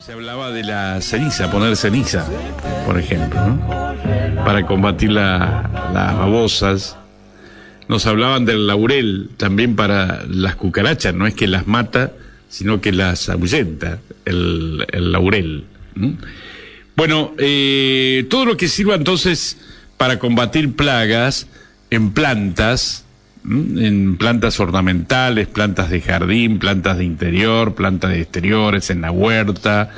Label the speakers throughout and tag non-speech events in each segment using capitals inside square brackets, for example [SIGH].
Speaker 1: Se hablaba de la ceniza, poner ceniza, por ejemplo, ¿no? para combatir la- las babosas. Nos hablaban del laurel también para las cucarachas, no es que las mata, sino que las ahuyenta el, el laurel. ¿no? Bueno, eh, todo lo que sirva entonces para combatir plagas en plantas, ¿m? en plantas ornamentales, plantas de jardín, plantas de interior, plantas de exteriores, en la huerta,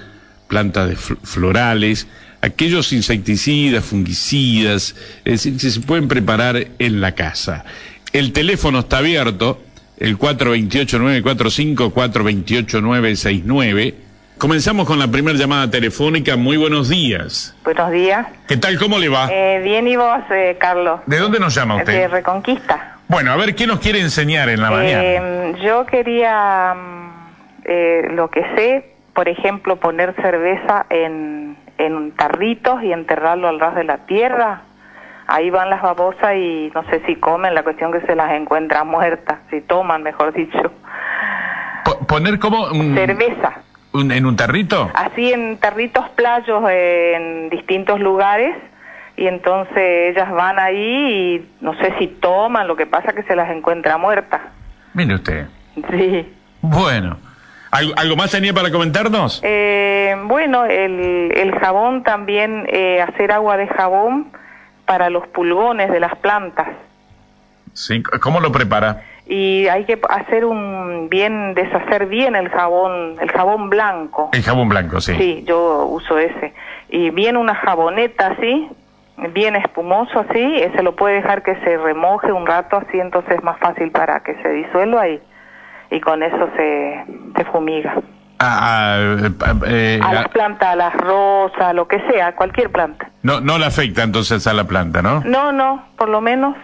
Speaker 1: plantas de fl- florales, aquellos insecticidas, fungicidas, es decir, que se pueden preparar en la casa. El teléfono está abierto, el 428-945, 428-969. Comenzamos con la primera llamada telefónica. Muy buenos días.
Speaker 2: Buenos días.
Speaker 1: ¿Qué tal? ¿Cómo le va?
Speaker 2: Eh, bien, ¿y vos, eh, Carlos?
Speaker 1: ¿De dónde nos llama
Speaker 2: De
Speaker 1: usted?
Speaker 2: Reconquista.
Speaker 1: Bueno, a ver, ¿qué nos quiere enseñar en la mañana?
Speaker 2: Eh, yo quería, mm, eh, lo que sé, por ejemplo, poner cerveza en, en tarritos y enterrarlo al ras de la tierra. Ahí van las babosas y no sé si comen, la cuestión que se las encuentra muertas, si toman, mejor dicho.
Speaker 1: Po- ¿Poner como un,
Speaker 2: Cerveza.
Speaker 1: un- en un tarrito?
Speaker 2: así en tarritos playos eh, en distintos lugares y entonces ellas van ahí y no sé si toman, lo que pasa que se las encuentra muertas.
Speaker 1: Mire usted.
Speaker 2: Sí.
Speaker 1: Bueno. ¿Algo, algo más tenía para comentarnos?
Speaker 2: Eh, bueno, el, el jabón también, eh, hacer agua de jabón para los pulgones de las plantas.
Speaker 1: Sí, c- ¿Cómo lo prepara?
Speaker 2: Y hay que hacer un bien, deshacer bien el jabón, el jabón blanco.
Speaker 1: El jabón blanco, sí.
Speaker 2: Sí, yo uso ese. Y viene una jaboneta así, bien espumoso así, eh, se lo puede dejar que se remoje un rato así, entonces es más fácil para que se disuelva y, y con eso se, se fumiga.
Speaker 1: Ah, ah, eh, pa- eh,
Speaker 2: A las
Speaker 1: ah,
Speaker 2: plantas, a las rosas, lo que sea, cualquier planta.
Speaker 1: no, no le afecta entonces a la planta, ¿no?
Speaker 2: No, no, por lo menos.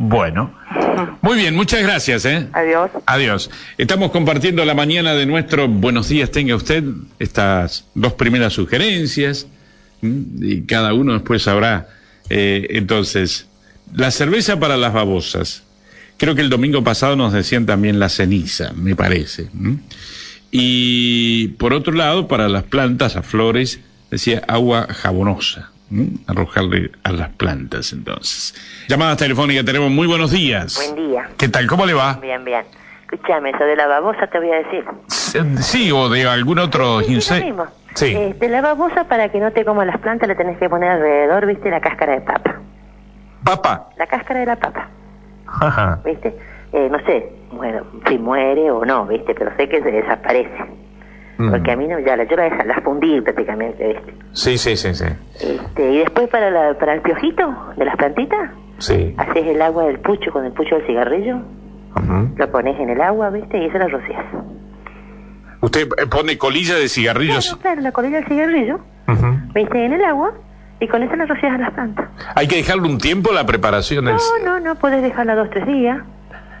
Speaker 1: Bueno.
Speaker 2: [LAUGHS]
Speaker 1: Muy bien, muchas gracias, ¿eh?
Speaker 2: Adiós.
Speaker 1: Adiós. Estamos compartiendo la mañana de nuestro Buenos días tenga usted estas dos primeras sugerencias ¿m? y cada uno después sabrá. Eh, entonces, la cerveza para las babosas. Creo que el domingo pasado nos decían también la ceniza, me parece. ¿m? Y por otro lado, para las plantas, a flores, decía agua jabonosa. ¿m? Arrojarle a las plantas entonces. Llamadas telefónicas tenemos. Muy buenos días.
Speaker 3: Buen día.
Speaker 1: ¿Qué tal? ¿Cómo le va?
Speaker 3: Bien, bien. Escúchame, eso de la babosa te voy a decir.
Speaker 1: Sí, o de algún otro
Speaker 3: Sí, es lo
Speaker 1: insecto.
Speaker 3: mismo.
Speaker 1: Sí.
Speaker 3: Este, la babosa para que no te coman las plantas la tenés que poner alrededor, ¿viste? La cáscara de papa.
Speaker 1: Papá.
Speaker 3: La cáscara de la papa, ¿viste? Eh, no sé, bueno, si muere o no, ¿viste? Pero sé que se desaparece. Porque a mí no, ya la, yo la, dejé- la fundí prácticamente, ¿viste?
Speaker 1: Sí, sí, sí, sí.
Speaker 3: Este, y después para, la, para el piojito de las plantitas,
Speaker 1: Sí.
Speaker 3: haces el agua del pucho con el pucho del cigarrillo, lo pones en el agua, ¿viste? Y eso la rocías.
Speaker 1: Usted eh, pone colilla de cigarrillos.
Speaker 3: Claro, claro, la colilla del cigarrillo.
Speaker 1: Ujú.
Speaker 3: viste en el agua y con eso la rocias a las plantas.
Speaker 1: Hay que dejarle un tiempo la preparación. del-
Speaker 3: No, no, no, puedes dejarla dos, tres días.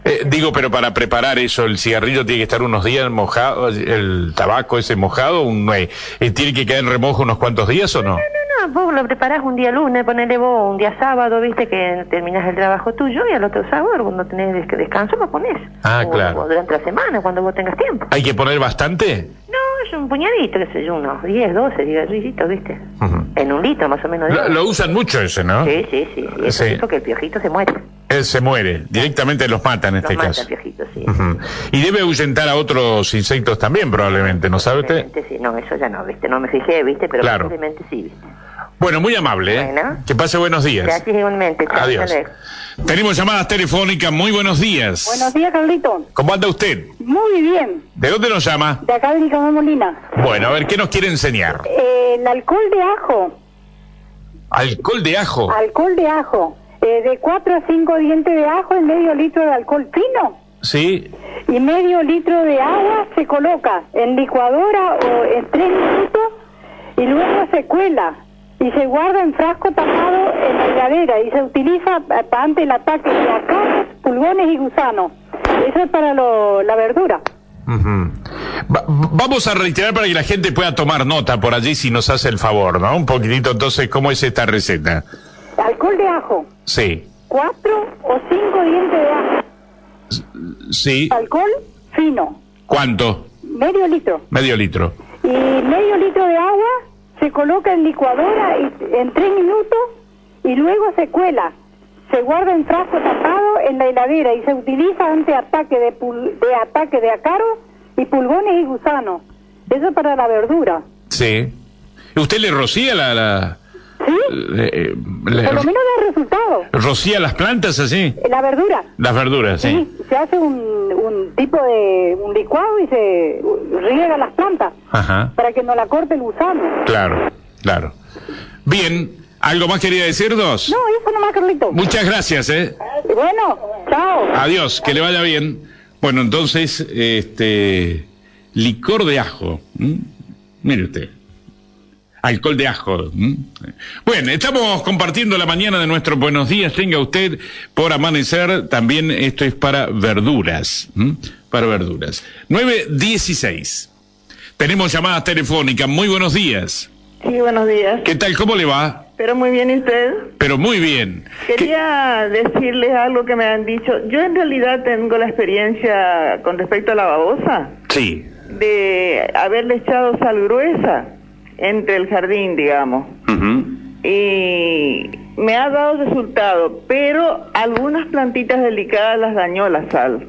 Speaker 1: Eh, digo, pero para preparar eso, el cigarrillo tiene que estar unos días mojado, el tabaco ese mojado, un, eh, eh, tiene que quedar en remojo unos cuantos días o no.
Speaker 3: No, no, vos lo preparás un día lunes, ponele vos un día sábado, viste que terminás el trabajo tuyo y al otro sábado cuando tenés des- descanso lo pones.
Speaker 1: Ah,
Speaker 3: O-
Speaker 1: claro.
Speaker 3: o durante la semana, cuando vos tengas tiempo.
Speaker 1: Hay que poner bastante.
Speaker 3: No, es un puñadito, qué sé yo, unos 10, 12 cigarrillitos, viste.
Speaker 1: Ujú.
Speaker 3: En un litro más o menos. de
Speaker 1: Lo,
Speaker 3: agua.
Speaker 1: lo usan mucho ese, ¿no?
Speaker 3: Sí, sí, sí. sí, eso
Speaker 1: Sí.
Speaker 3: sí, porque el piojito se muere.
Speaker 1: Él se muere, directamente los mata en
Speaker 3: Lo
Speaker 1: este
Speaker 3: mata
Speaker 1: caso.
Speaker 3: el piojito, sí.
Speaker 1: Ujú. Y debe ahuyentar a otros insectos también, probablemente, ¿no sabe usted?
Speaker 3: Probablemente sí, no, eso ya no, viste. No me fijé, viste, pero
Speaker 1: Claro.
Speaker 3: probablemente sí, viste.
Speaker 1: Bueno, muy amable. ¿eh?
Speaker 3: Bueno.
Speaker 1: Que pase buenos días.
Speaker 3: Gracias igualmente. Chao,
Speaker 1: Adiós.
Speaker 3: hasta luego.
Speaker 1: Tenemos llamadas telefónicas. Muy buenos días.
Speaker 4: Buenos días, Carlito.
Speaker 1: ¿Cómo anda usted?
Speaker 4: Muy bien.
Speaker 1: ¿De dónde nos llama?
Speaker 4: De acá de Nicolás Molina.
Speaker 1: Bueno, a ver, ¿qué nos quiere enseñar?
Speaker 4: Eh, el alcohol de ajo.
Speaker 1: Alcohol de ajo.
Speaker 4: Alcohol de ajo. Eh, de 4 a 5 dientes de ajo en medio litro de alcohol fino
Speaker 1: Sí.
Speaker 4: y medio litro de agua se coloca en licuadora o en 3 minutos y luego se cuela y se guarda en frasco tapado en la heladera y se utiliza eh, pa- ante el ataque de acarios, pulgones y gusanos. Eso es para lo- la verdura.
Speaker 1: Ujú. Va- vamos a reiterar para que la gente pueda tomar nota por allí si nos hace el favor, ¿no? Un poquitito entonces, ¿cómo es esta receta?
Speaker 4: Alcohol de ajo.
Speaker 1: Sí.
Speaker 4: cuatro o cinco dientes de ajo,
Speaker 1: Sí.
Speaker 4: alcohol fino,
Speaker 1: ¿Cuánto?
Speaker 4: medio litro,
Speaker 1: Medio litro.
Speaker 4: y y medio litro de agua se coloca en licuadora y, en tres minutos y luego se cuela. Se guarda en frasco tapado en la heladera y se utiliza ante ataque de, pul- de ataque de ácaros y pulgones y gusanos. Eso para la verdura.
Speaker 1: Sí. ¿Usted le rocía la... la-
Speaker 4: ¿Sí?
Speaker 1: eh, eh, le-
Speaker 4: Por lo menos da resultado.
Speaker 1: ¿Rocía las plantas así?
Speaker 4: La verdura.
Speaker 1: Las verduras, sí.
Speaker 4: Sí, se hace un, un tipo de un licuado y se riega las plantas
Speaker 1: Ajá.
Speaker 4: para que no la corte el gusano.
Speaker 1: Claro, claro. Bien, ¿algo más quería decirnos?
Speaker 4: No, eso nomás, Carlito.
Speaker 1: Muchas gracias, ¿eh?
Speaker 4: Bueno, chao.
Speaker 1: Adiós, que le vaya bien. Bueno, entonces, este. Licor de ajo. ¿m? Mire usted. Alcohol de ajo. ¿m? Bueno, estamos compartiendo la mañana de nuestro buenos días. Tenga usted por amanecer. También esto es para verduras. ¿m? Para verduras. 916. Tenemos llamadas telefónicas. Muy buenos días.
Speaker 5: Sí, buenos días.
Speaker 1: ¿Qué tal? ¿Cómo le va?
Speaker 5: Pero muy bien, ¿y usted?
Speaker 1: Pero muy bien.
Speaker 5: Quería decirles algo que me han dicho. Yo en realidad tengo la experiencia con respecto a la babosa
Speaker 1: Sí.
Speaker 5: de haberle echado sal gruesa entre el jardín, digamos. Y me ha dado resultado, pero algunas plantitas delicadas las dañó la sal.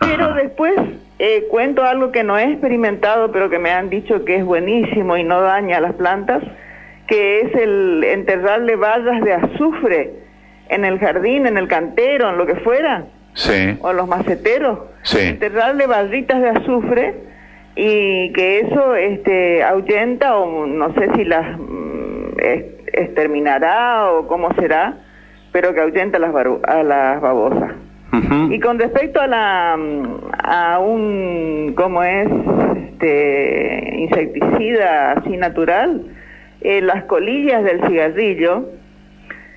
Speaker 5: Pero después eh, cuento algo que no he experimentado, pero que me han dicho que es buenísimo y no daña a las plantas, que es el enterrarle vallas de azufre en el jardín, en el cantero, en lo que fuera,
Speaker 1: Sí.
Speaker 5: o los maceteros,
Speaker 1: Sí.
Speaker 5: enterrarle barritas de azufre y que eso este, ahuyenta o no sé si las mm, es- exterminará o cómo será, pero que ahuyenta a las, baru- a las babosas. Y con respecto a la mm, a un cómo es este insecticida así natural, eh, las colillas del cigarrillo,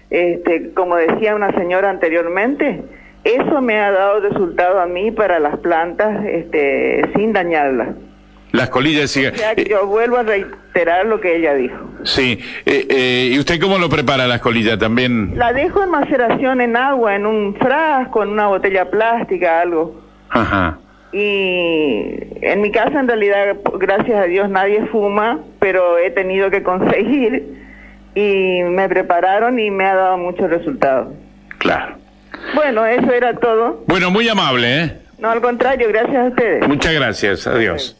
Speaker 5: este, como decía una señora anteriormente, eso me ha dado resultado a mí para las plantas este, sin dañarlas.
Speaker 1: Las colillas de cigarro.
Speaker 5: O sea, que yo vuelvo a reiterar lo que ella dijo.
Speaker 1: Sí, eh, eh, ¿y usted cómo lo prepara las colillas también?
Speaker 5: La dejo en maceración en agua, en un frasco, en una botella plástica, algo.
Speaker 1: Ajá.
Speaker 5: Y en mi casa en realidad, gracias a Dios, nadie fuma, pero he tenido que conseguir [LAUGHS] y me prepararon y me ha dado muchos resultados.
Speaker 1: Claro.
Speaker 5: Bueno, eso era todo.
Speaker 1: Bueno, muy amable, ¿eh?
Speaker 5: No, al contrario, gracias a ustedes.
Speaker 1: Muchas gracias, adiós.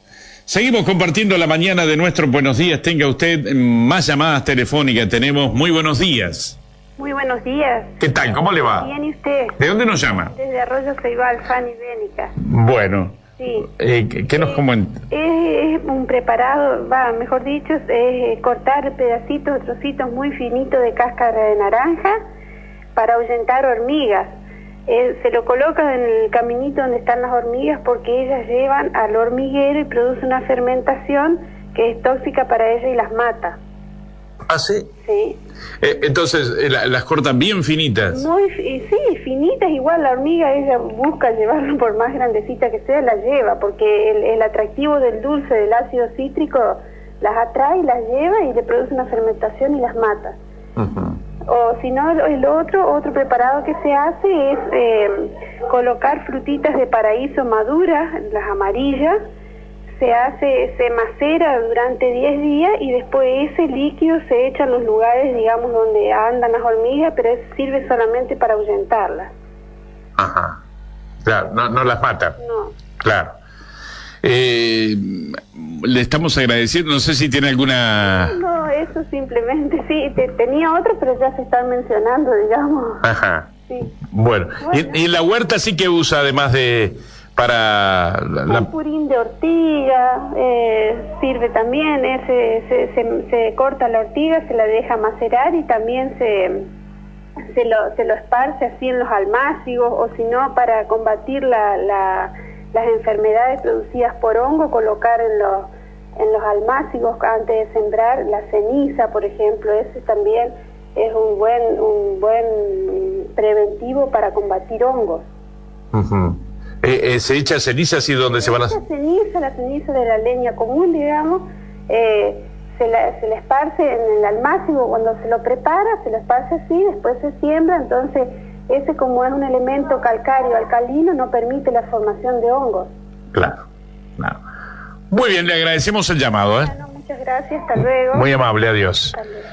Speaker 1: Seguimos compartiendo la mañana de nuestro Buenos Días. Tenga usted más llamadas telefónicas. Tenemos muy buenos días.
Speaker 6: Muy buenos días.
Speaker 1: ¿Qué tal? ¿Cómo le va?
Speaker 6: Bien, ¿y usted?
Speaker 1: ¿De dónde nos llama?
Speaker 6: Desde Arroyo Ceibal, Fanny Bénica.
Speaker 1: Bueno,
Speaker 6: Sí.
Speaker 1: eh, ¿qué- ¿qué nos comenta?
Speaker 6: Es, es un preparado, va, mejor dicho, es eh, cortar pedacitos, trocitos muy finitos de cáscara de naranja para ahuyentar hormigas. Eh, se lo coloca en el caminito donde están las hormigas porque ellas llevan al hormiguero y produce una fermentación que es tóxica para ellas y las mata.
Speaker 1: Ah, sí.
Speaker 6: Sí.
Speaker 1: Eh, entonces, eh, la- las cortan bien finitas.
Speaker 6: Muy, fi- y sí, finitas, igual la hormiga ella busca llevarlo por más grandecita que sea, la lleva, porque el, el atractivo del dulce, del ácido cítrico, las atrae, las lleva y le produce una fermentación y las mata. O si no, el otro, otro preparado que se hace es eh, colocar frutitas de paraíso maduras, las amarillas, se hace, se macera durante 10 días y después ese líquido se echa en los lugares, digamos, donde andan las hormigas, pero eso sirve solamente para ahuyentarlas.
Speaker 1: Ajá. Claro, no, no las mata.
Speaker 6: No.
Speaker 1: Claro. Eh, le estamos agradeciendo, no sé si tiene alguna...
Speaker 6: No, eso simplemente, sí, te- tenía otro, pero ya se están mencionando, digamos.
Speaker 1: Ajá.
Speaker 6: Sí.
Speaker 1: Bueno. Y, y la huerta sí que usa, además de... para... la-
Speaker 6: Un
Speaker 1: la-
Speaker 6: purín de hortiga eh, sirve también, ese, se, se- se corta la hortiga, se la deja macerar y también se, se, lo, se lo esparce así en los almácigos o si no para combatir la- la- las enfermedades producidas por hongo, colocar en los, en los almácigos antes de sembrar la ceniza, por ejemplo, ese también es un buen, un buen preventivo para combatir hongos.
Speaker 1: Ujú. Eh, eh, se echa ceniza así donde se van a...
Speaker 6: La ceniza, la ceniza de la leña común, digamos, eh, se, la, se la esparce en el almácigo, cuando se lo prepara, se lo esparce así, después se siembra, entonces ese como es un elemento calcáreo alcalino no permite la formación de hongos.
Speaker 1: Claro, claro. Muy bien, le agradecemos el llamado. ¿eh?
Speaker 6: Bueno, muchas gracias, hasta luego.
Speaker 1: Muy amable, adiós.
Speaker 6: Hasta luego.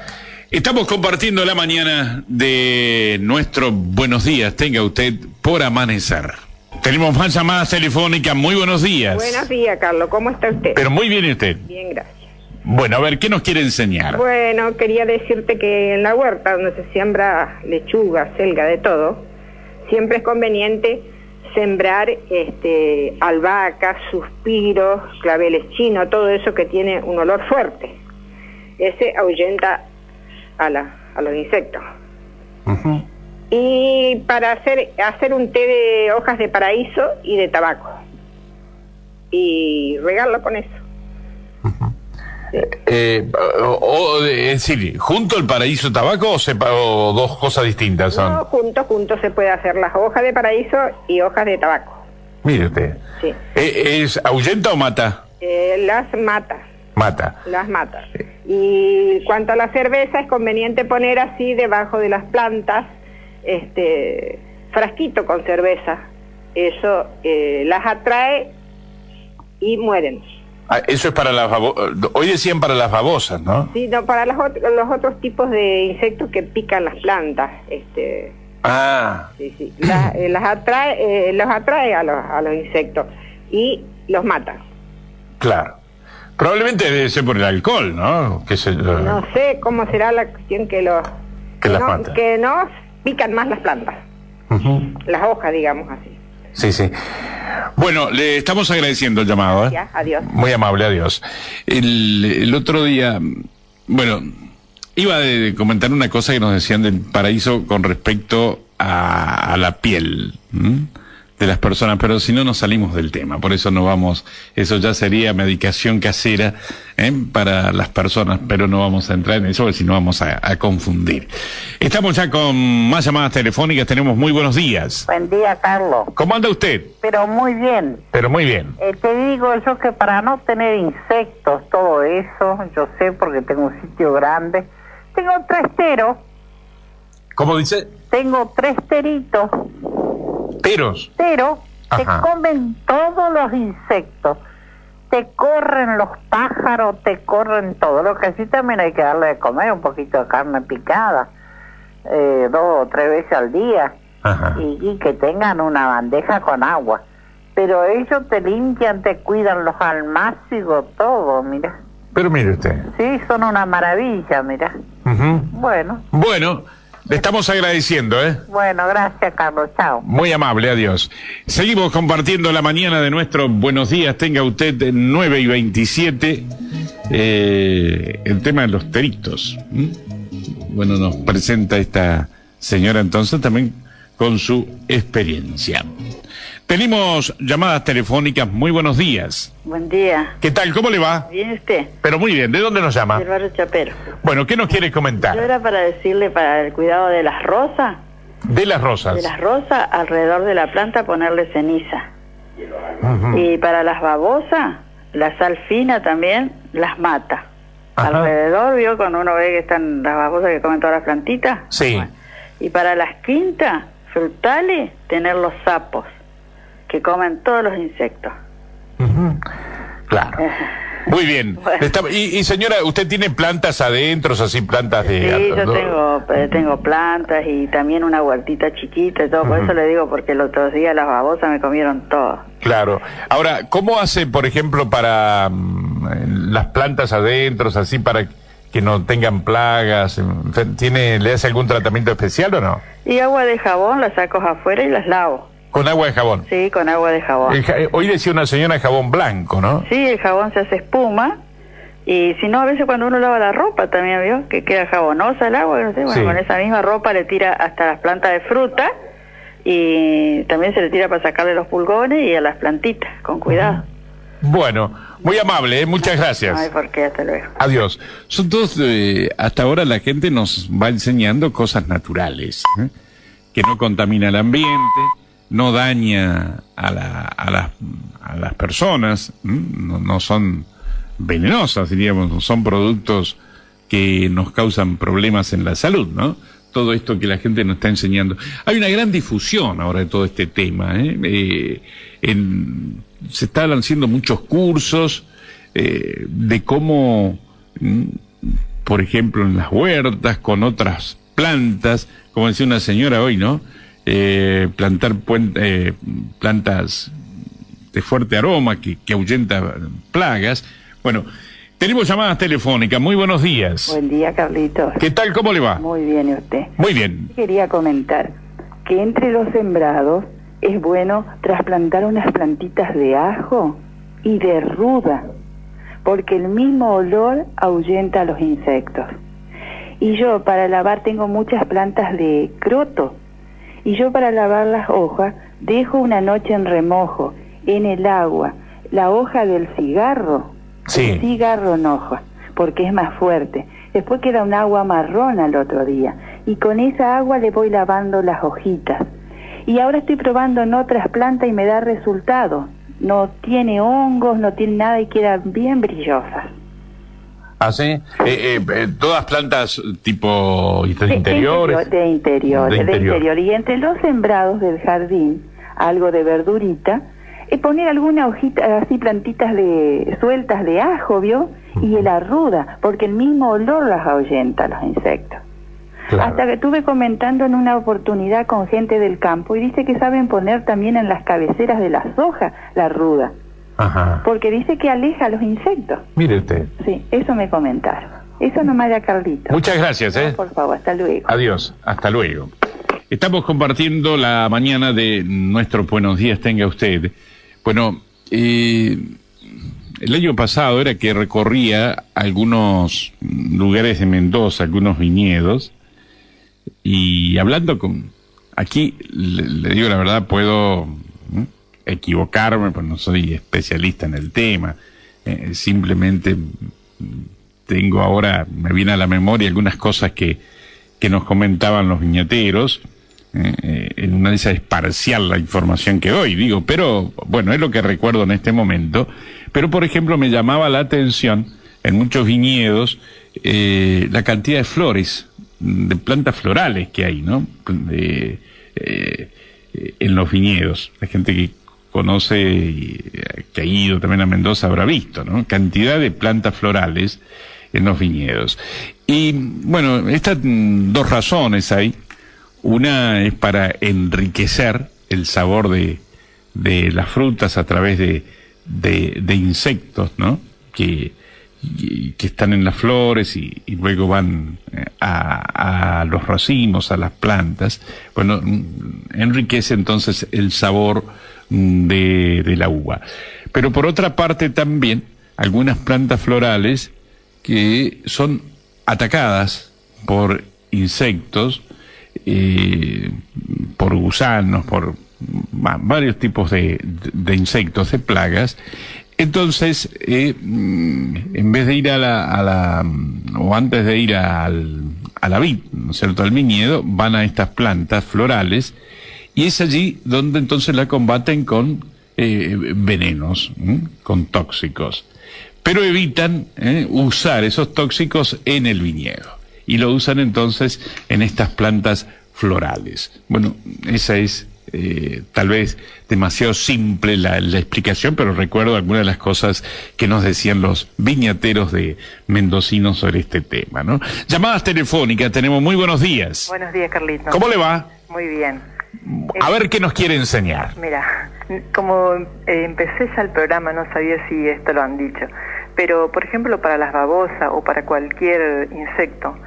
Speaker 1: Estamos compartiendo la mañana de nuestro buenos días, tenga usted por amanecer. Tenemos más llamadas telefónicas, muy buenos días.
Speaker 7: Buenos días, Carlos. ¿Cómo está usted?
Speaker 1: Pero muy bien ¿y usted.
Speaker 7: Bien, gracias.
Speaker 1: Bueno, a ver, ¿qué nos quiere enseñar?
Speaker 7: Bueno, quería decirte que en la huerta donde se siembra lechuga, selga, de todo, siempre es conveniente sembrar este, albahacas, suspiros, claveles chinos, todo eso que tiene un olor fuerte. Ese ahuyenta a, la- a los insectos.
Speaker 1: Ujú.
Speaker 7: Y para hacer, hacer un té de hojas de paraíso y de tabaco. Y regarlo con eso.
Speaker 1: Eh, o, o- es decir, ¿junto el paraíso tabaco o, sepa- o dos cosas distintas son?
Speaker 7: No, juntos, juntos se puede hacer las hojas de paraíso y hojas de tabaco.
Speaker 1: Mire usted.
Speaker 7: Sí.
Speaker 1: Eh, ¿Es ahuyenta o mata?
Speaker 7: Eh, las mata,
Speaker 1: Mata.
Speaker 7: las mata. Y cuanto a la cerveza, es conveniente poner así debajo de las plantas, este, frasquito con cerveza. Eso eh, las atrae y mueren.
Speaker 1: Ah, eso es para las babosas. Hoy decían para las babosas, ¿no?
Speaker 7: Sino para los, ot- los otros tipos de insectos que pican las plantas, este,
Speaker 1: Ah,
Speaker 7: sí, sí. Las, eh, las atrae, eh, los atrae a los, a los insectos y los mata.
Speaker 1: claro. Probablemente debe ser por el alcohol, ¿no? Que se, eh,
Speaker 7: No sé cómo será la cuestión que los
Speaker 1: Que las
Speaker 7: no,
Speaker 1: plantas.
Speaker 7: que nos pican más las plantas, las hojas, digamos así.
Speaker 1: Sí, sí. Bueno, le estamos agradeciendo el llamado. ¿eh?
Speaker 7: Ya, adiós.
Speaker 1: Muy amable, adiós. El, el otro día, bueno, iba a comentar una cosa que nos decían del paraíso con respecto a, a la piel ¿m? de las personas, pero si no nos salimos del tema, por eso no vamos, eso ya sería medicación casera ¿eh? para las personas, pero no vamos a entrar en eso, si no vamos a, a confundir. Estamos ya con más llamadas telefónicas, tenemos muy buenos días.
Speaker 8: Buen día, Carlos.
Speaker 1: ¿Cómo anda usted?
Speaker 8: Pero muy bien.
Speaker 1: Pero muy bien.
Speaker 8: Eh, te digo yo que para no tener insectos, todo eso, yo sé porque tengo un sitio grande. Tengo tres teros,
Speaker 1: ¿Cómo dice?
Speaker 8: tengo tres teritos,
Speaker 1: Teros.
Speaker 8: pero te
Speaker 1: Ajá.
Speaker 8: comen todos los insectos. Te corren los pájaros, te corren todo. Lo que sí también hay que darle de comer, un poquito de carne picada, eh, dos o tres veces al día.
Speaker 1: Ajá.
Speaker 8: y, y que tengan una bandeja con agua. Pero ellos te limpian, te cuidan los almácigos, todo, mira.
Speaker 1: Pero mire usted.
Speaker 8: Sí, son una maravilla, mira. Bueno,
Speaker 1: Bueno, le estamos agradeciendo, ¿eh?
Speaker 8: bueno, gracias, Carlos, chao.
Speaker 1: Muy amable, adiós. Seguimos compartiendo la mañana de nuestro Buenos Días, tenga usted de 9 y 27, eh, el tema de los teritos. ¿m? Bueno, nos presenta esta señora entonces también con su experiencia. Tenemos llamadas telefónicas, muy buenos días.
Speaker 9: Buen día.
Speaker 1: ¿Qué tal? ¿Cómo le va?
Speaker 9: Bien usted,
Speaker 1: Pero muy bien, ¿de dónde nos llama?
Speaker 9: del barrio Chapero.
Speaker 1: Bueno, ¿qué nos quiere
Speaker 9: Yo
Speaker 1: comentar?
Speaker 9: era para decirle para el cuidado de las rosas,
Speaker 1: De las rosas.
Speaker 9: de las rosas alrededor de la planta ponerle ceniza.
Speaker 1: Ujú.
Speaker 9: Y para las babosas, la sal fina también las mata.
Speaker 1: Ajá.
Speaker 9: Alrededor, vio, cuando uno ve que están las babosas que comen todas las plantitas.
Speaker 1: Sí.
Speaker 9: Bueno. Y para las quintas frutales, tener los sapos, que comen todos los insectos. [LAUGHS]
Speaker 1: Claro. Muy bien.
Speaker 9: Bueno.
Speaker 1: Está- y, y señora, ¿usted tiene plantas adentro, así plantas de...
Speaker 9: Sí, yo
Speaker 1: do-
Speaker 9: tengo, eh, tengo plantas y también una huertita chiquita y todo, por eso le digo, porque los otros días las babosas me comieron todo.
Speaker 1: Claro. Ahora, ¿cómo hace, por ejemplo, para mm, las plantas adentro, así para que no tengan plagas? En fin, ¿Tiene, ¿Le hace algún tratamiento especial o no?
Speaker 9: Y agua de jabón las saco afuera y las lavo,
Speaker 1: Con agua de jabón.
Speaker 9: sí, con agua de jabón.
Speaker 1: El ja- eh, hoy decía una señora jabón blanco, ¿no?
Speaker 9: Sí, el jabón se hace espuma y si no, a veces cuando uno lava la ropa también, ¿vio? Que queda jabonosa el agua, no sé, bueno,
Speaker 1: Sí.
Speaker 9: con esa misma ropa le tira hasta las plantas de fruta y también se le tira para sacarle los pulgones y a las plantitas, con cuidado.
Speaker 1: Bueno, muy amable, ¿eh? muchas
Speaker 9: No hay
Speaker 1: gracias.
Speaker 9: por qué, hasta luego.
Speaker 1: Adiós. Son todos, eh, hasta ahora la gente nos va enseñando cosas naturales, ¿eh? que no contamina el ambiente, no daña a, la- a las, a las personas, ¿m? no, no son venenosas, diríamos, no son productos que nos causan problemas en la salud, ¿no? Todo esto que la gente nos está enseñando. Hay una gran difusión ahora de todo este tema, ¿eh? Eh, en- se están haciendo muchos cursos, eh, de cómo, mm, por ejemplo, en las huertas, con otras plantas, como decía una señora hoy, ¿no? Eh, plantar puen- eh, plantas de fuerte aroma que, que ahuyenta plagas. Bueno, tenemos llamadas telefónicas. Muy buenos días.
Speaker 9: Buen día, Carlitos.
Speaker 1: ¿Qué tal? ¿Cómo le va?
Speaker 9: Muy bien, ¿y usted?
Speaker 1: Muy bien.
Speaker 9: Quería comentar que entre los sembrados es bueno trasplantar unas plantitas de ajo y de ruda, porque el mismo olor ahuyenta a los insectos. Y yo para lavar tengo muchas plantas de croto, y yo para lavar las hojas dejo una noche en remojo, en el agua, la hoja del cigarro, el cigarro en hoja, porque es más fuerte. Después queda un agua marrón al otro día y con esa agua le voy lavando las hojitas. Y ahora estoy probando en otras plantas y me da resultado. No tiene hongos, no tiene nada y queda bien brillosa.
Speaker 1: ¿Ah, sí? Eh, eh, eh, todas plantas tipo interiores.
Speaker 9: De interior, de
Speaker 1: De
Speaker 9: interior, de
Speaker 1: interior.
Speaker 9: interior. Y entre los sembrados del jardín, algo de verdurita, y poner alguna hojita, así plantitas de sueltas de ajo, ¿vio? Y el arruda, porque el mismo olor las ahuyenta a los insectos. Hasta que estuve comentando en una oportunidad con gente del campo y dice que saben poner también en las cabeceras de las hojas la ruda,
Speaker 1: Ajá.
Speaker 9: porque dice que aleja a los insectos.
Speaker 1: Mire usted.
Speaker 9: Sí, eso me comentaron. Eso nomás ya, Carlito.
Speaker 1: Muchas gracias, ¿eh?
Speaker 9: Por favor, hasta luego.
Speaker 1: Adiós, hasta luego. Estamos compartiendo la mañana de nuestros buenos días, tenga usted. Bueno, eh, el año pasado era que recorría algunos lugares de Mendoza, algunos viñedos, y hablando con... Aquí, le, le digo la verdad, puedo ¿Mm? equivocarme, pues no soy especialista en el tema. Eh, simplemente mm, tengo ahora, me viene a la memoria algunas cosas que, que nos comentaban los viñateros. Eh, eh, en una de esas es parcial la información que doy, digo, pero bueno, es lo que recuerdo en este momento. Pero por ejemplo, me llamaba la atención en muchos viñedos eh, la cantidad de flores, mm, de plantas florales que hay, ¿no? Eh, eh, eh, en los viñedos. La gente que conoce, y, eh, que ha ido también a Mendoza, habrá visto, ¿no? Cantidad de plantas florales en los viñedos. Y bueno, estas mm, dos razones hay. Una es para enriquecer el sabor de, de las frutas a través de, de, de insectos, ¿no? Que, y- que están en las flores y, y luego van eh, a, a los racimos, a las plantas. Bueno, mm, enriquece entonces el sabor mm, de, de la uva. Pero por otra parte también, algunas plantas florales que son atacadas por insectos, eh, por gusanos, por va- varios tipos de, de- de insectos, de plagas. Entonces, eh, mm, en vez de ir a la, a la, mm, o antes de ir al, a la vid, ¿no es cierto?, al viñedo, van a estas plantas florales y es allí donde entonces la combaten con eh, venenos, ¿m? con tóxicos. Pero evitan ¿eh? usar esos tóxicos en el viñedo y lo usan entonces en estas plantas florales. Bueno, esa es eh, tal vez demasiado simple la, la explicación, pero recuerdo algunas de las cosas que nos decían los viñateros de mendocinos sobre este tema. ¿no? Llamadas telefónicas, tenemos muy buenos días.
Speaker 10: Buenos días, Carlitos.
Speaker 1: ¿Cómo le va?
Speaker 10: Muy bien.
Speaker 1: A ver qué nos quiere enseñar.
Speaker 10: Mira, como eh, empecé ya el programa, no sabía si esto lo han dicho, pero por ejemplo para las babosas o para cualquier insecto,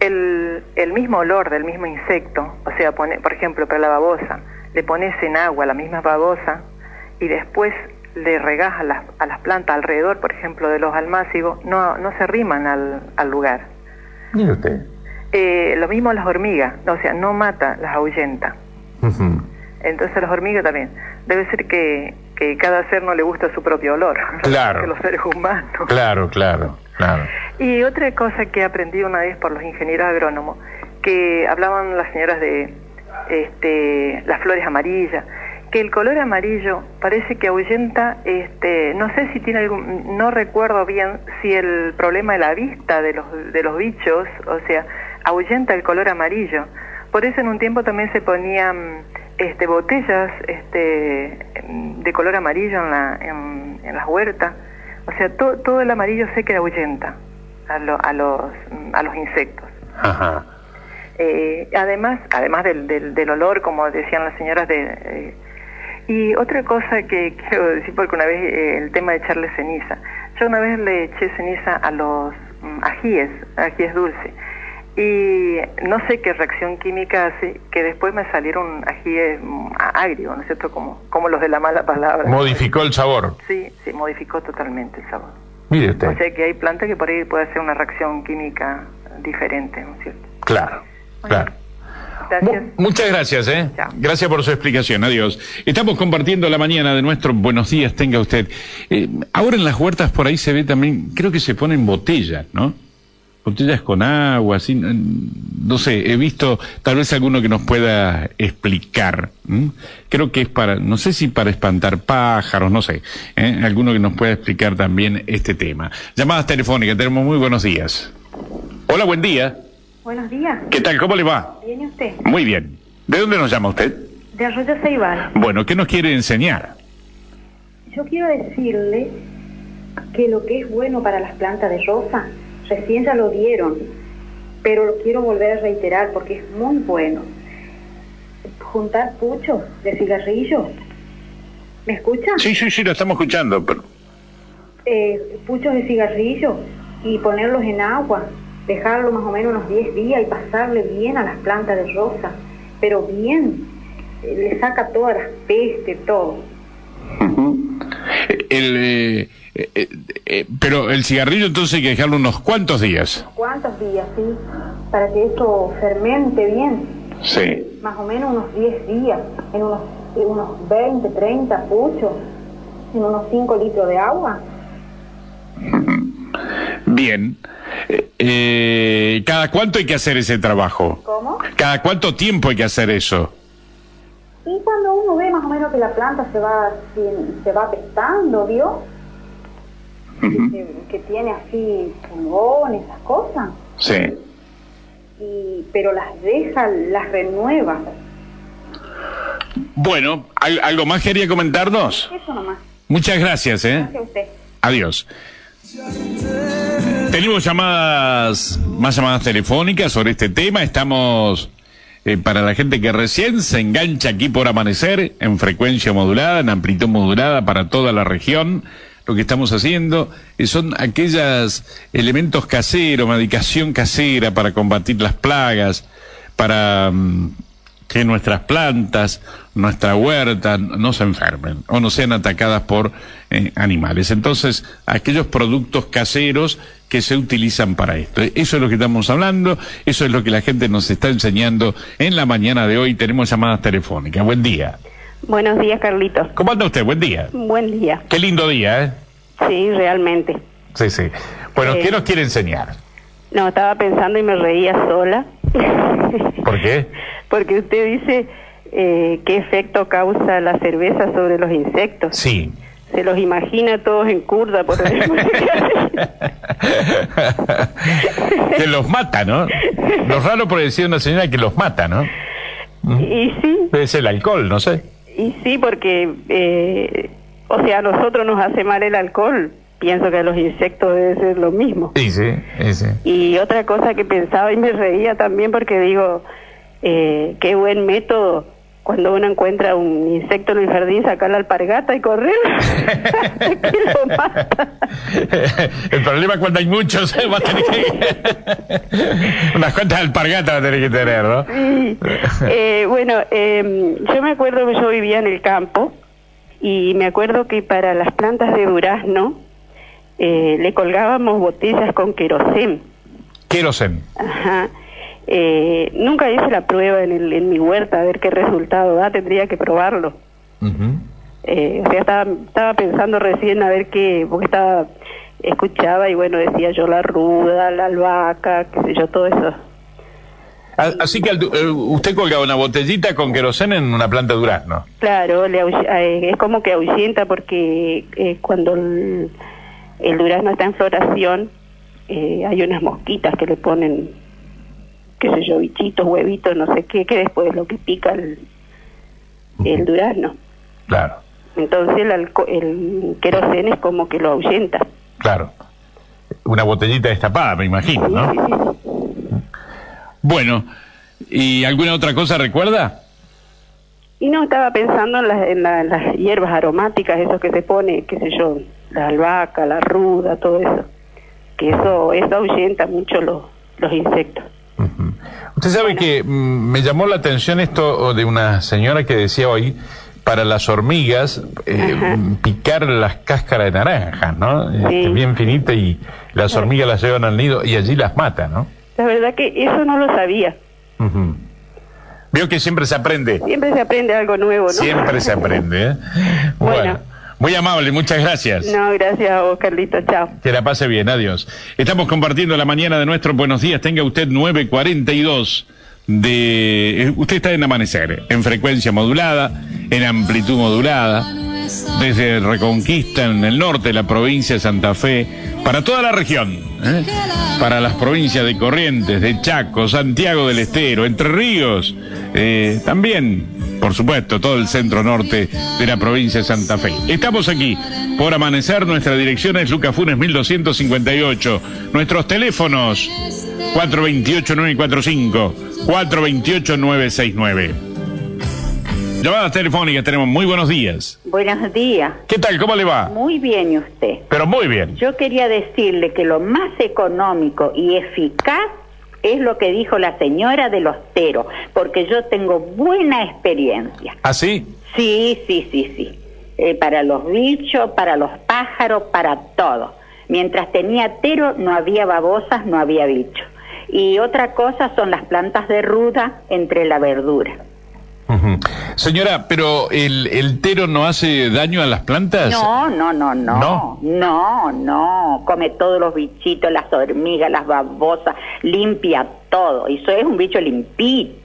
Speaker 10: el, el mismo olor del mismo insecto, o sea, pone- por ejemplo para la babosa, le pones en agua la misma babosa y después le regás a las, a las plantas alrededor, por ejemplo, de los almácigos, no, no se riman al, al lugar.
Speaker 11: Mire usted.
Speaker 10: Eh, lo mismo las hormigas, o sea, no mata, las ahuyenta. Entonces las hormigas también. Debe ser que, que cada ser no le gusta su propio olor.
Speaker 1: Claro.
Speaker 10: [LAUGHS] Que los seres humanos.
Speaker 1: [LAUGHS] Claro, claro, claro.
Speaker 10: Y otra cosa que aprendí una vez por los ingenieros agrónomos, que hablaban las señoras de este, las flores amarillas, que el color amarillo parece que ahuyenta, este, no sé si tiene algún, no recuerdo bien si el problema de la vista de los, de los bichos, o sea, ahuyenta el color amarillo. Por eso en un tiempo también se ponían este, botellas este, de color amarillo en, la, en, en las huertas O sea, to- todo el amarillo sé que ahuyenta a, lo- a, los, a los insectos.
Speaker 12: Ajá.
Speaker 10: Eh, además, además del, del, del olor, como decían las señoras de... eh, y otra cosa que [LAUGHS] quiero decir, porque una vez eh, el tema de echarle ceniza. Yo una vez le eché ceniza a los mm, ajíes, ajíes dulce. Y no sé qué reacción química hace que después me salieron ajíes mm, a- agrio, ¿no es cierto? Como, como los de la mala palabra.
Speaker 12: Modificó el sabor.
Speaker 10: Sí, sí, modificó totalmente el sabor.
Speaker 12: Mire
Speaker 10: O
Speaker 12: usted.
Speaker 10: sea que hay plantas que por ahí puede hacer una reacción química diferente, ¿no es cierto?
Speaker 12: Claro, claro.
Speaker 10: Gracias.
Speaker 1: Muchas gracias, ¿eh? Gracias por su explicación. Adiós. Estamos compartiendo la mañana de nuestro Buenos Días, tenga usted. Eh, ahora en las huertas por ahí se ve también, creo que se ponen botellas, ¿no? Botellas con agua, así. n- No sé, he visto tal vez alguno que nos pueda explicar. ¿m? Creo que es para, no sé si para espantar pájaros, no sé. ¿eh? Alguno que nos pueda explicar también este tema. Llamadas telefónicas, tenemos muy buenos días. Hola, buen día.
Speaker 6: Buenos días.
Speaker 1: ¿Qué tal? ¿Cómo le va?
Speaker 6: ¿Viene usted?
Speaker 1: Muy bien. ¿De dónde nos llama usted?
Speaker 6: De Arroyo Ceibal.
Speaker 1: Bueno, ¿qué nos quiere enseñar?
Speaker 6: Yo quiero decirle que lo que es bueno para las plantas de rosa, recién ya lo dieron, pero lo quiero volver a reiterar porque es muy bueno. Juntar puchos de cigarrillo. ¿Me escucha?
Speaker 1: Sí, sí, sí, lo estamos escuchando. pero-
Speaker 6: eh, puchos de cigarrillo y ponerlos en agua, dejarlo más o menos unos 10 días y pasarle bien a las plantas de rosa, pero bien, eh, le saca todas las pestes, todo.
Speaker 1: El, eh, eh, eh, eh, pero el cigarrillo entonces hay que dejarlo unos cuantos días.
Speaker 6: ¿Cuántos días, sí? Para que esto fermente bien,
Speaker 1: Sí.
Speaker 6: más o menos unos 10 días, en unos, en unos 20, 30 puchos, en unos 5 litros de agua.
Speaker 1: Bien. Eh, eh, ¿Cada cuánto hay que hacer ese trabajo?
Speaker 6: ¿Cómo?
Speaker 1: ¿Cada cuánto tiempo hay que hacer eso?
Speaker 6: Y cuando uno ve más o menos que la planta se va, se va apestando, ¿vio? que, que tiene así pulgón, esas cosas,
Speaker 1: Sí.
Speaker 6: y, pero las deja, las renueva.
Speaker 1: Bueno, ¿al- ¿algo más quería comentarnos?
Speaker 6: Eso nomás.
Speaker 1: Muchas gracias, ¿eh?
Speaker 6: Gracias a usted.
Speaker 1: Adiós. Tenemos llamadas, más llamadas telefónicas sobre este tema. Estamos eh, para la gente que recién se engancha aquí por amanecer, en frecuencia modulada, en amplitud modulada para toda la región. Lo que estamos haciendo eh, son aquellos elementos caseros, medicación casera para combatir las plagas, para mm, que nuestras plantas, nuestra huerta no se enfermen o no sean atacadas por eh, animales. Entonces, aquellos productos caseros que se utilizan para esto. Eso es lo que estamos hablando, eso es lo que la gente nos está enseñando en la mañana de hoy. Tenemos llamadas telefónicas. Buen día.
Speaker 13: Buenos días, Carlitos.
Speaker 1: ¿Cómo anda usted? Buen día.
Speaker 13: Buen día.
Speaker 1: Qué lindo día, ¿eh?
Speaker 13: Sí, realmente.
Speaker 1: Sí, sí. Bueno,
Speaker 13: Eh.
Speaker 1: ¿qué nos quiere enseñar?
Speaker 13: No, estaba pensando y me reía sola, [LAUGHS]
Speaker 1: ¿Por qué?
Speaker 13: porque usted dice eh, qué efecto causa la cerveza sobre los insectos.
Speaker 1: Sí.
Speaker 13: Se los imagina todos en curda, por ejemplo.
Speaker 10: [LAUGHS]
Speaker 1: [LAUGHS] que los mata, ¿no? Lo raro por decir una señora que los mata, ¿no?
Speaker 13: Y sí,
Speaker 1: Es el alcohol, no sé.
Speaker 13: y sí, porque, eh, o sea, a nosotros nos hace mal el alcohol. Pienso que a los insectos debe ser lo mismo.
Speaker 1: Sí, sí, sí.
Speaker 13: Y otra cosa que pensaba y me reía también porque digo, eh, qué buen método cuando uno encuentra un insecto en el jardín, sacar la alpargata y correr.
Speaker 1: [LAUGHS] El problema es cuando hay muchos, ¿eh? va a tener que...
Speaker 13: [LAUGHS]
Speaker 1: Unas cuantas alpargatas va a tener que tener, ¿no?
Speaker 13: Sí. Eh, bueno, em, yo me acuerdo que yo vivía en el campo y me acuerdo que para las plantas de durazno eh, le colgábamos botellas con querosén.
Speaker 1: Querosen.
Speaker 13: Ajá. Eh, nunca hice la prueba en, el- en mi huerta a ver qué resultado da, tendría que probarlo. Eh, o sea, estaba, estaba pensando recién a ver qué, porque estaba, escuchaba y bueno, decía yo la ruda, la albahaca, qué sé yo, todo eso.
Speaker 1: A- Así que al du- eh, usted colgaba una botellita con querosén en una planta de durazno.
Speaker 13: Claro, le ahuy- eh, es como que ahuyenta porque eh, cuando el, el durazno está en floración, eh, hay unas mosquitas que le ponen, qué sé yo, bichitos, huevitos, no sé qué, que después es lo que pica el, el durazno.
Speaker 1: Claro.
Speaker 13: Entonces el, alco- el querosén es como que lo ahuyenta.
Speaker 1: Claro. Una botellita destapada, me imagino, ¿no? Bueno, ¿y alguna otra cosa recuerda?
Speaker 13: Y no, estaba pensando en, las- en la- en las hierbas aromáticas, esos que se pone, qué sé yo, la albahaca, la ruda, todo eso. Que eso, eso ahuyenta mucho los, los insectos.
Speaker 14: Usted sabe que mm, me llamó la atención esto o, de una señora que decía hoy, para las hormigas, eh, mm, picar las cáscaras de naranja, ¿no? Este, bien finita y las hormigas las llevan al nido y allí las mata, ¿no?
Speaker 13: La verdad que eso no lo sabía.
Speaker 14: Ujú. Veo que siempre se aprende.
Speaker 13: Siempre se aprende algo nuevo, ¿no?
Speaker 14: Siempre se aprende,
Speaker 13: [LAUGHS]
Speaker 14: ¿eh? Bueno. Muy amable, muchas gracias.
Speaker 13: No, gracias a vos, Carlito. Chao.
Speaker 1: Que la pase bien, adiós. Estamos compartiendo la mañana de nuestro Buenos Días. Tenga usted 942 de... eh, Usted está en Amanecer, en frecuencia modulada, en amplitud modulada, desde Reconquista en el norte, la provincia de Santa Fe, para toda la región, ¿eh? para las provincias de Corrientes, de Chaco, Santiago del Estero, Entre Ríos, eh, también por supuesto, todo el centro norte de la provincia de Santa Fe. Estamos aquí por amanecer. Nuestra dirección es Lucas Funes 1258. Nuestros teléfonos 428-945, 428-969. Llamadas telefónicas tenemos. Muy buenos días.
Speaker 15: Buenos días.
Speaker 1: ¿Qué tal? ¿Cómo le va?
Speaker 15: Muy bien, ¿y usted?
Speaker 1: Pero muy bien.
Speaker 15: Yo quería decirle que lo más económico y eficaz es lo que dijo la señora del hostero, porque yo tengo buena experiencia.
Speaker 14: ¿Ah, sí?
Speaker 15: Sí, sí, sí, sí. Eh, para los bichos, para los pájaros, para todo. Mientras tenía tero, no había babosas, no había bichos. Y otra cosa son las plantas de ruda entre la verdura.
Speaker 14: Ujú. Señora, pero el, el tero no hace daño a las plantas.
Speaker 15: No, no, no, no,
Speaker 14: No.
Speaker 15: no. No, Come todos los bichitos, las hormigas, las babosas, limpia todo. Y eso es un bicho limpito.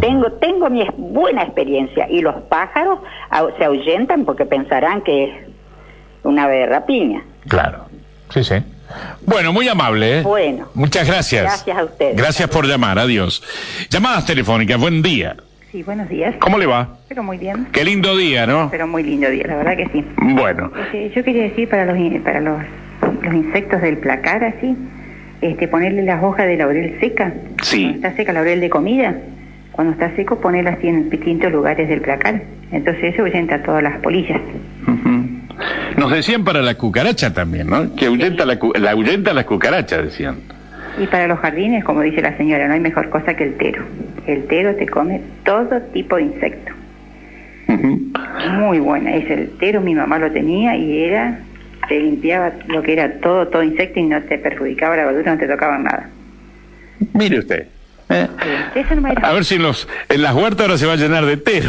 Speaker 15: Tengo, tengo mi ex- buena experiencia. Y los pájaros au- se ahuyentan porque pensarán que es una berrapiña.
Speaker 14: Claro. Sí, sí.
Speaker 1: Bueno, muy amable. ¿eh?
Speaker 15: Bueno.
Speaker 1: Muchas gracias.
Speaker 15: Gracias a ustedes.
Speaker 1: Gracias por llamar. Adiós. Llamadas telefónicas. Buen día.
Speaker 16: Sí, buenos días.
Speaker 1: ¿Cómo le va?
Speaker 16: Pero muy bien.
Speaker 1: Qué lindo día, ¿no?
Speaker 16: Pero muy lindo día, la verdad que sí.
Speaker 1: Bueno.
Speaker 16: Este, yo quería decir para los in- para los, los insectos del placar así, este ponerle las hojas de laurel seca.
Speaker 1: Sí.
Speaker 16: Cuando está seca laurel de comida. Cuando está seco ponerla así en distintos lugares del placar. Entonces eso ahuyenta todas las polillas.
Speaker 1: Nos decían para la cucaracha también, ¿no? Que ahuyenta la, cu- la ahuyenta las cucarachas, decían.
Speaker 16: Y para los jardines, como dice la señora, no hay mejor cosa que el tero. El tero te come todo tipo de insecto. Muy buena, es el tero, mi mamá lo tenía y era, te limpiaba lo que era todo, todo insecto y no te perjudicaba la verdura, no te tocaban nada.
Speaker 1: Mire usted. ¿eh?
Speaker 16: Eso no me
Speaker 9: Ah,
Speaker 1: A ver si en, los, en las huertas ahora se va a llenar
Speaker 16: [LAUGHS]
Speaker 1: de tero.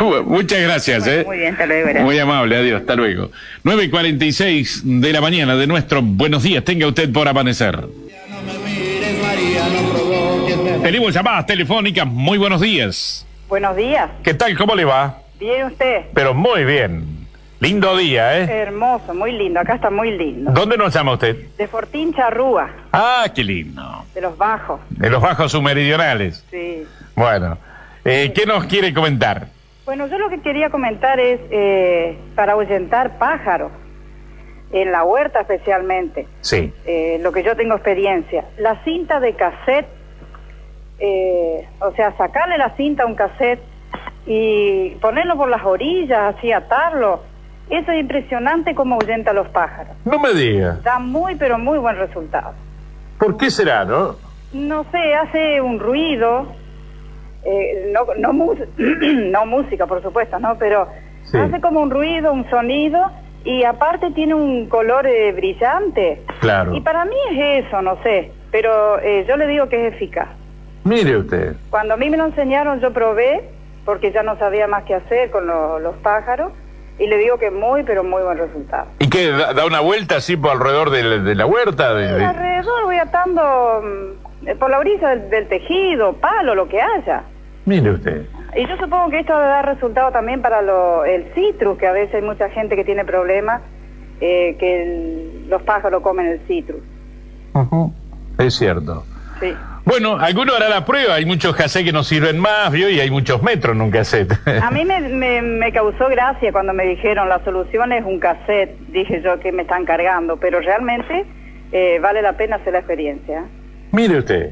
Speaker 1: Bueno, Muchas gracias, ¿eh?
Speaker 16: Muy bien, hasta luego, gracias.
Speaker 1: Muy amable, adiós, hasta luego. 9.46 de la mañana de nuestro Buenos Días, tenga usted por amanecer. Tenemos llamadas telefónicas, muy buenos días.
Speaker 9: Buenos días.
Speaker 1: ¿Qué tal? ¿Cómo le va?
Speaker 9: Bien usted.
Speaker 1: Pero muy bien. Lindo día, ¿eh?
Speaker 16: Eh.
Speaker 9: Hermoso, muy lindo. Acá está muy lindo.
Speaker 1: ¿Dónde nos llama usted?
Speaker 9: De Fortín Charrúa,
Speaker 1: Ah, qué lindo.
Speaker 9: de los bajos.
Speaker 1: De los bajos submeridionales.
Speaker 9: Sí.
Speaker 1: Bueno, eh, ¿qué nos quiere comentar?
Speaker 9: Bueno, yo lo que quería comentar es eh, para ahuyentar pájaros, en la huerta especialmente,
Speaker 1: Sí.
Speaker 9: eh, lo que yo tengo experiencia. La cinta de cassette, eh, o sea, sacarle la cinta a un cassette y ponerlo por las orillas, así atarlo, eso es impresionante como ahuyenta a los pájaros.
Speaker 14: No me diga.
Speaker 9: Da muy, pero muy buen resultado.
Speaker 14: ¿Por qué será, no?
Speaker 9: No sé, hace un ruido, eh, no, no, mus- [CLEARS THROAT] no música, por supuesto, ¿no? Pero hace como un ruido, un sonido, y aparte tiene un color eh, brillante.
Speaker 14: Claro.
Speaker 9: Y para mí es eso, no sé, pero eh, yo le digo que es eficaz.
Speaker 14: Mire usted.
Speaker 9: Cuando a mí me lo enseñaron, yo probé, porque ya no sabía más qué hacer con lo- los pájaros, y le digo que muy, pero muy buen resultado.
Speaker 14: ¿Y qué? ¿Da da una vuelta así por alrededor de la, de la huerta? De- de-
Speaker 9: Alrededor voy atando mm, eh, por la orilla del, del tejido, palo, lo que haya.
Speaker 14: Mire usted.
Speaker 9: Y yo supongo que esto da resultado también para lo- el citrus, que a veces hay mucha gente que tiene problemas eh, que el- los pájaros comen el citrus.
Speaker 14: Es cierto.
Speaker 17: [LAUGHS]
Speaker 9: Sí.
Speaker 17: Bueno, alguno hará la prueba. Hay muchos cassettes que no sirven más, ¿vio? Y hay muchos metros en un cassette.
Speaker 18: Ah.
Speaker 19: A mí me, me, me causó gracia cuando me dijeron la solución es un cassette. Dije yo que me están cargando, pero realmente eh, vale la pena hacer la experiencia.
Speaker 17: [LAUGHS] Mire usted.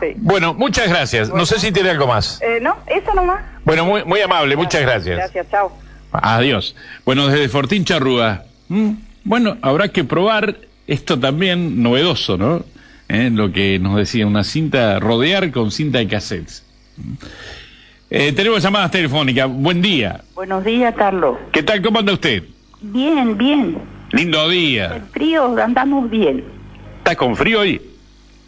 Speaker 19: Sí.
Speaker 17: Bueno, muchas gracias. No sé si tiene algo más.
Speaker 19: Eh, no, eso nomás.
Speaker 17: Bueno, muy, muy amable, muchas gracias.
Speaker 19: Gracias, chao.
Speaker 1: Adiós. Bueno, desde Fortín Charrúa. Mm, Bueno, habrá que probar esto también novedoso, ¿no? Eh, Lo que nos decía, una cinta, rodear con cinta de cassettes. Mm. Eh, tenemos llamadas telefónicas. Buen día.
Speaker 9: Buenos días, Carlos.
Speaker 1: ¿Qué tal? ¿Cómo anda usted?
Speaker 9: Bien, bien.
Speaker 1: Lindo día.
Speaker 9: Frío, andamos bien.
Speaker 1: ¿Estás con frío hoy?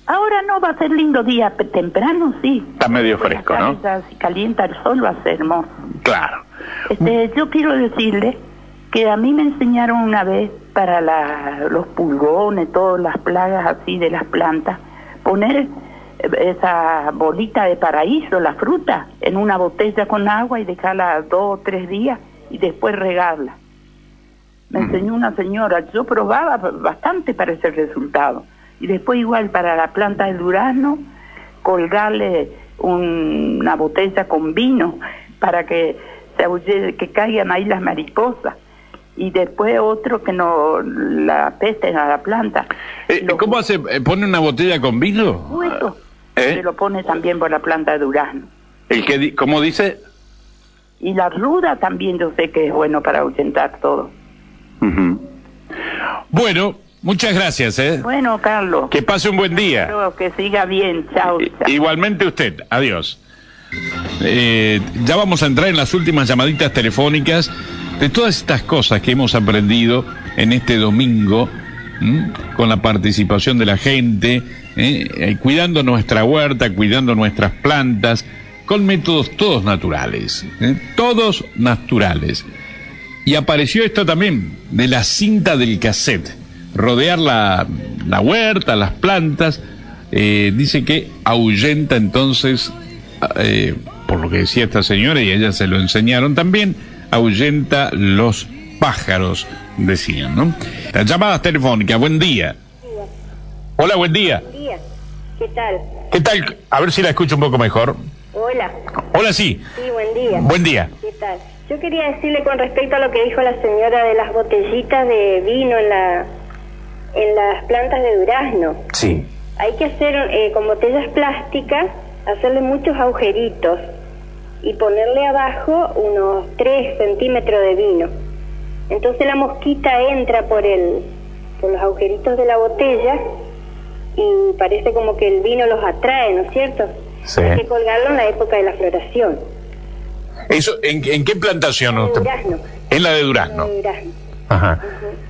Speaker 9: Ahora no va a ser lindo día, pe- temprano sí.
Speaker 1: Está medio fresco, ¿no?
Speaker 9: Ya Si calienta el sol va a ser hermoso.
Speaker 1: Claro.
Speaker 9: Este, yo quiero decirle que a mí me enseñaron una vez para la- los pulgones, todas las plagas así de las plantas, poner eh, esa bolita de paraíso, la fruta, en una botella con agua y dejarla dos o tres días y después regarla. Me enseñó una señora, yo probaba bastante para ese resultado. Y después igual para la planta de durazno, colgarle un- una botella con vino para que se ahuye- que caigan ahí las mariposas. Y después otro que no la apesten a la planta.
Speaker 1: Eh, ¿Cómo hace? Eh, ¿Pone una botella con vino?
Speaker 9: Hueso,
Speaker 1: ¿Eh?
Speaker 9: se lo pone también por la planta de durazno.
Speaker 1: ¿El que di- ¿Cómo dice?
Speaker 9: Y la ruda también yo sé que es bueno para ahuyentar todo.
Speaker 1: Bueno, muchas gracias, ¿eh?
Speaker 9: Bueno, Carlos,
Speaker 1: Que pase un buen día.
Speaker 9: creo que siga bien. Chao.
Speaker 1: Igualmente usted, adiós. Eh, ya vamos a entrar en las últimas llamaditas telefónicas de todas estas cosas que hemos aprendido en este domingo, ¿m? con la participación de la gente, ¿eh? Eh, cuidando nuestra huerta, cuidando nuestras plantas, con métodos todos naturales, ¿eh? todos naturales. Y apareció esto también, de la cinta del cassette. Rodear la, la huerta, las plantas. eh, dice que ahuyenta entonces, eh, por lo que decía esta señora, y ella se lo enseñaron también, ahuyenta los pájaros, decían, ¿no? Las llamadas telefónicas, buen día.
Speaker 17: Hola, buen día.
Speaker 18: Día. ¿Qué tal?
Speaker 17: ¿Qué tal? A ver si la escucho un poco mejor.
Speaker 18: Hola.
Speaker 17: Hola, sí.
Speaker 18: Sí, buen día.
Speaker 17: Buen día.
Speaker 18: ¿Qué tal? Yo quería decirle con respecto a lo que dijo la señora de las botellitas de vino en la en las plantas de durazno.
Speaker 17: Sí.
Speaker 18: Hay que hacer eh, con botellas plásticas, hacerle muchos agujeritos y ponerle abajo unos 3 centímetros de vino. Entonces la mosquita entra por el por los agujeritos de la botella y parece como que el vino los atrae, ¿no es cierto?
Speaker 17: Sí.
Speaker 18: Hay que colgarlo en la época de la floración.
Speaker 17: Eso, ¿en, en qué plantación usted?
Speaker 18: Durazno,
Speaker 17: En la de Durazno.
Speaker 18: durazno.
Speaker 17: Ajá.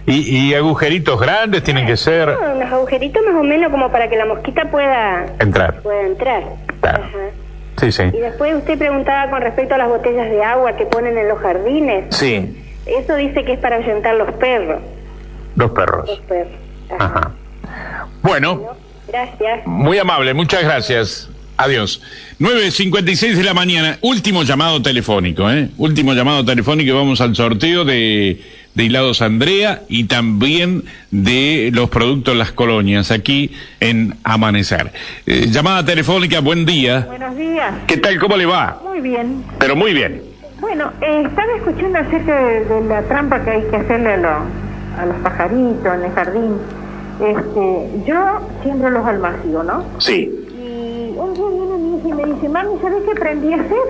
Speaker 17: Y, y agujeritos grandes tienen que ser
Speaker 18: Ah, unos agujeritos más o menos como para que la mosquita pueda,
Speaker 17: entrar.
Speaker 18: pueda entrar. Ajá.
Speaker 17: Sí, sí.
Speaker 18: Y después usted preguntaba con respecto a las botellas de agua que ponen en los jardines.
Speaker 17: Sí,
Speaker 18: Eso dice que es para ahuyentar los perros.
Speaker 17: los perros.
Speaker 18: Los perros.
Speaker 17: Ajá. Bueno,
Speaker 18: Gracias.
Speaker 1: Muy amable, muchas gracias. Adiós. 9.56 de la mañana, último llamado telefónico, ¿eh? Último llamado telefónico y vamos al sorteo de, de Hilados Andrea y también de los productos Las Colonias, aquí en Amanecer. Eh, llamada telefónica, buen día.
Speaker 20: Buenos días.
Speaker 1: ¿Qué tal? ¿Cómo le va?
Speaker 20: Muy bien.
Speaker 1: Pero muy bien.
Speaker 20: Bueno, eh, estaba escuchando acerca de, de la trampa que hay que hacerle a, los- a los pajaritos en el jardín. Este, yo siembro los almacios, ¿no?
Speaker 1: Sí.
Speaker 20: Y Mm, un día viene mi hija y me dice, mami, ¿sabes qué aprendí a hacer?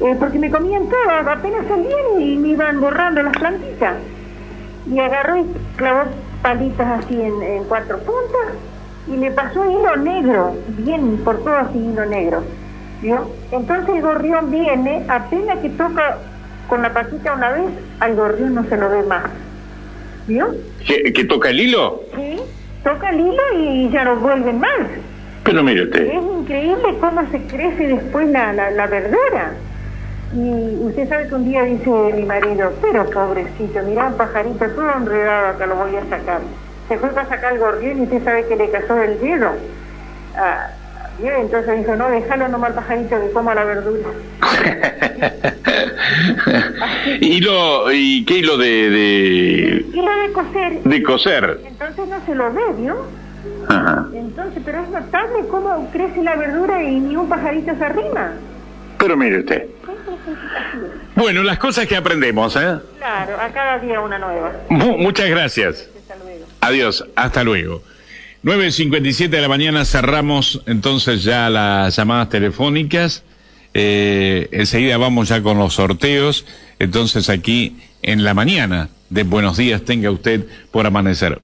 Speaker 20: Eh, porque me comían todo, apenas salían y me iban borrando las plantitas. Y agarró y clavó palitas así en, en cuatro puntas y le pasó hilo negro, bien por todo así hilo negro. ¿vio? Entonces el gorrión viene, apenas que toca con la patita una vez, al gorrión no se lo ve más. ¿Vio?
Speaker 1: ¿Que, que toca el hilo?
Speaker 20: Sí, toca el hilo y ya no vuelven más.
Speaker 1: Pero mire
Speaker 20: [LAUGHS]
Speaker 1: usted.
Speaker 20: Es increíble cómo se crece después la, la, la verdura. Y usted sabe que un día dice mi marido, pero pobrecito, mirá un pajarito todo enredado acá, lo voy a sacar. Se fue para sacar el gorrión y usted sabe que le cazó el dedo. Ah, bien, entonces dijo, no, déjalo nomás al pajarito que coma la verdura.
Speaker 1: ¿Hilo? ¿Y qué hilo de, de,
Speaker 20: Y lo de coser,
Speaker 1: de coser?
Speaker 20: entonces no se lo ve, ¿vio?
Speaker 1: Ajá.
Speaker 20: Entonces, pero es notable cómo crece la verdura y ni un pajarito se arrima.
Speaker 1: Pero mire usted. Bueno, las cosas que aprendemos, ¿eh?
Speaker 20: Claro, a cada día una nueva.
Speaker 1: Mu- muchas gracias. Adiós, hasta luego. 9.57 de la mañana cerramos entonces ya las llamadas telefónicas. Eh, enseguida vamos ya con los sorteos. Entonces aquí en la mañana de Buenos Días tenga usted por amanecer.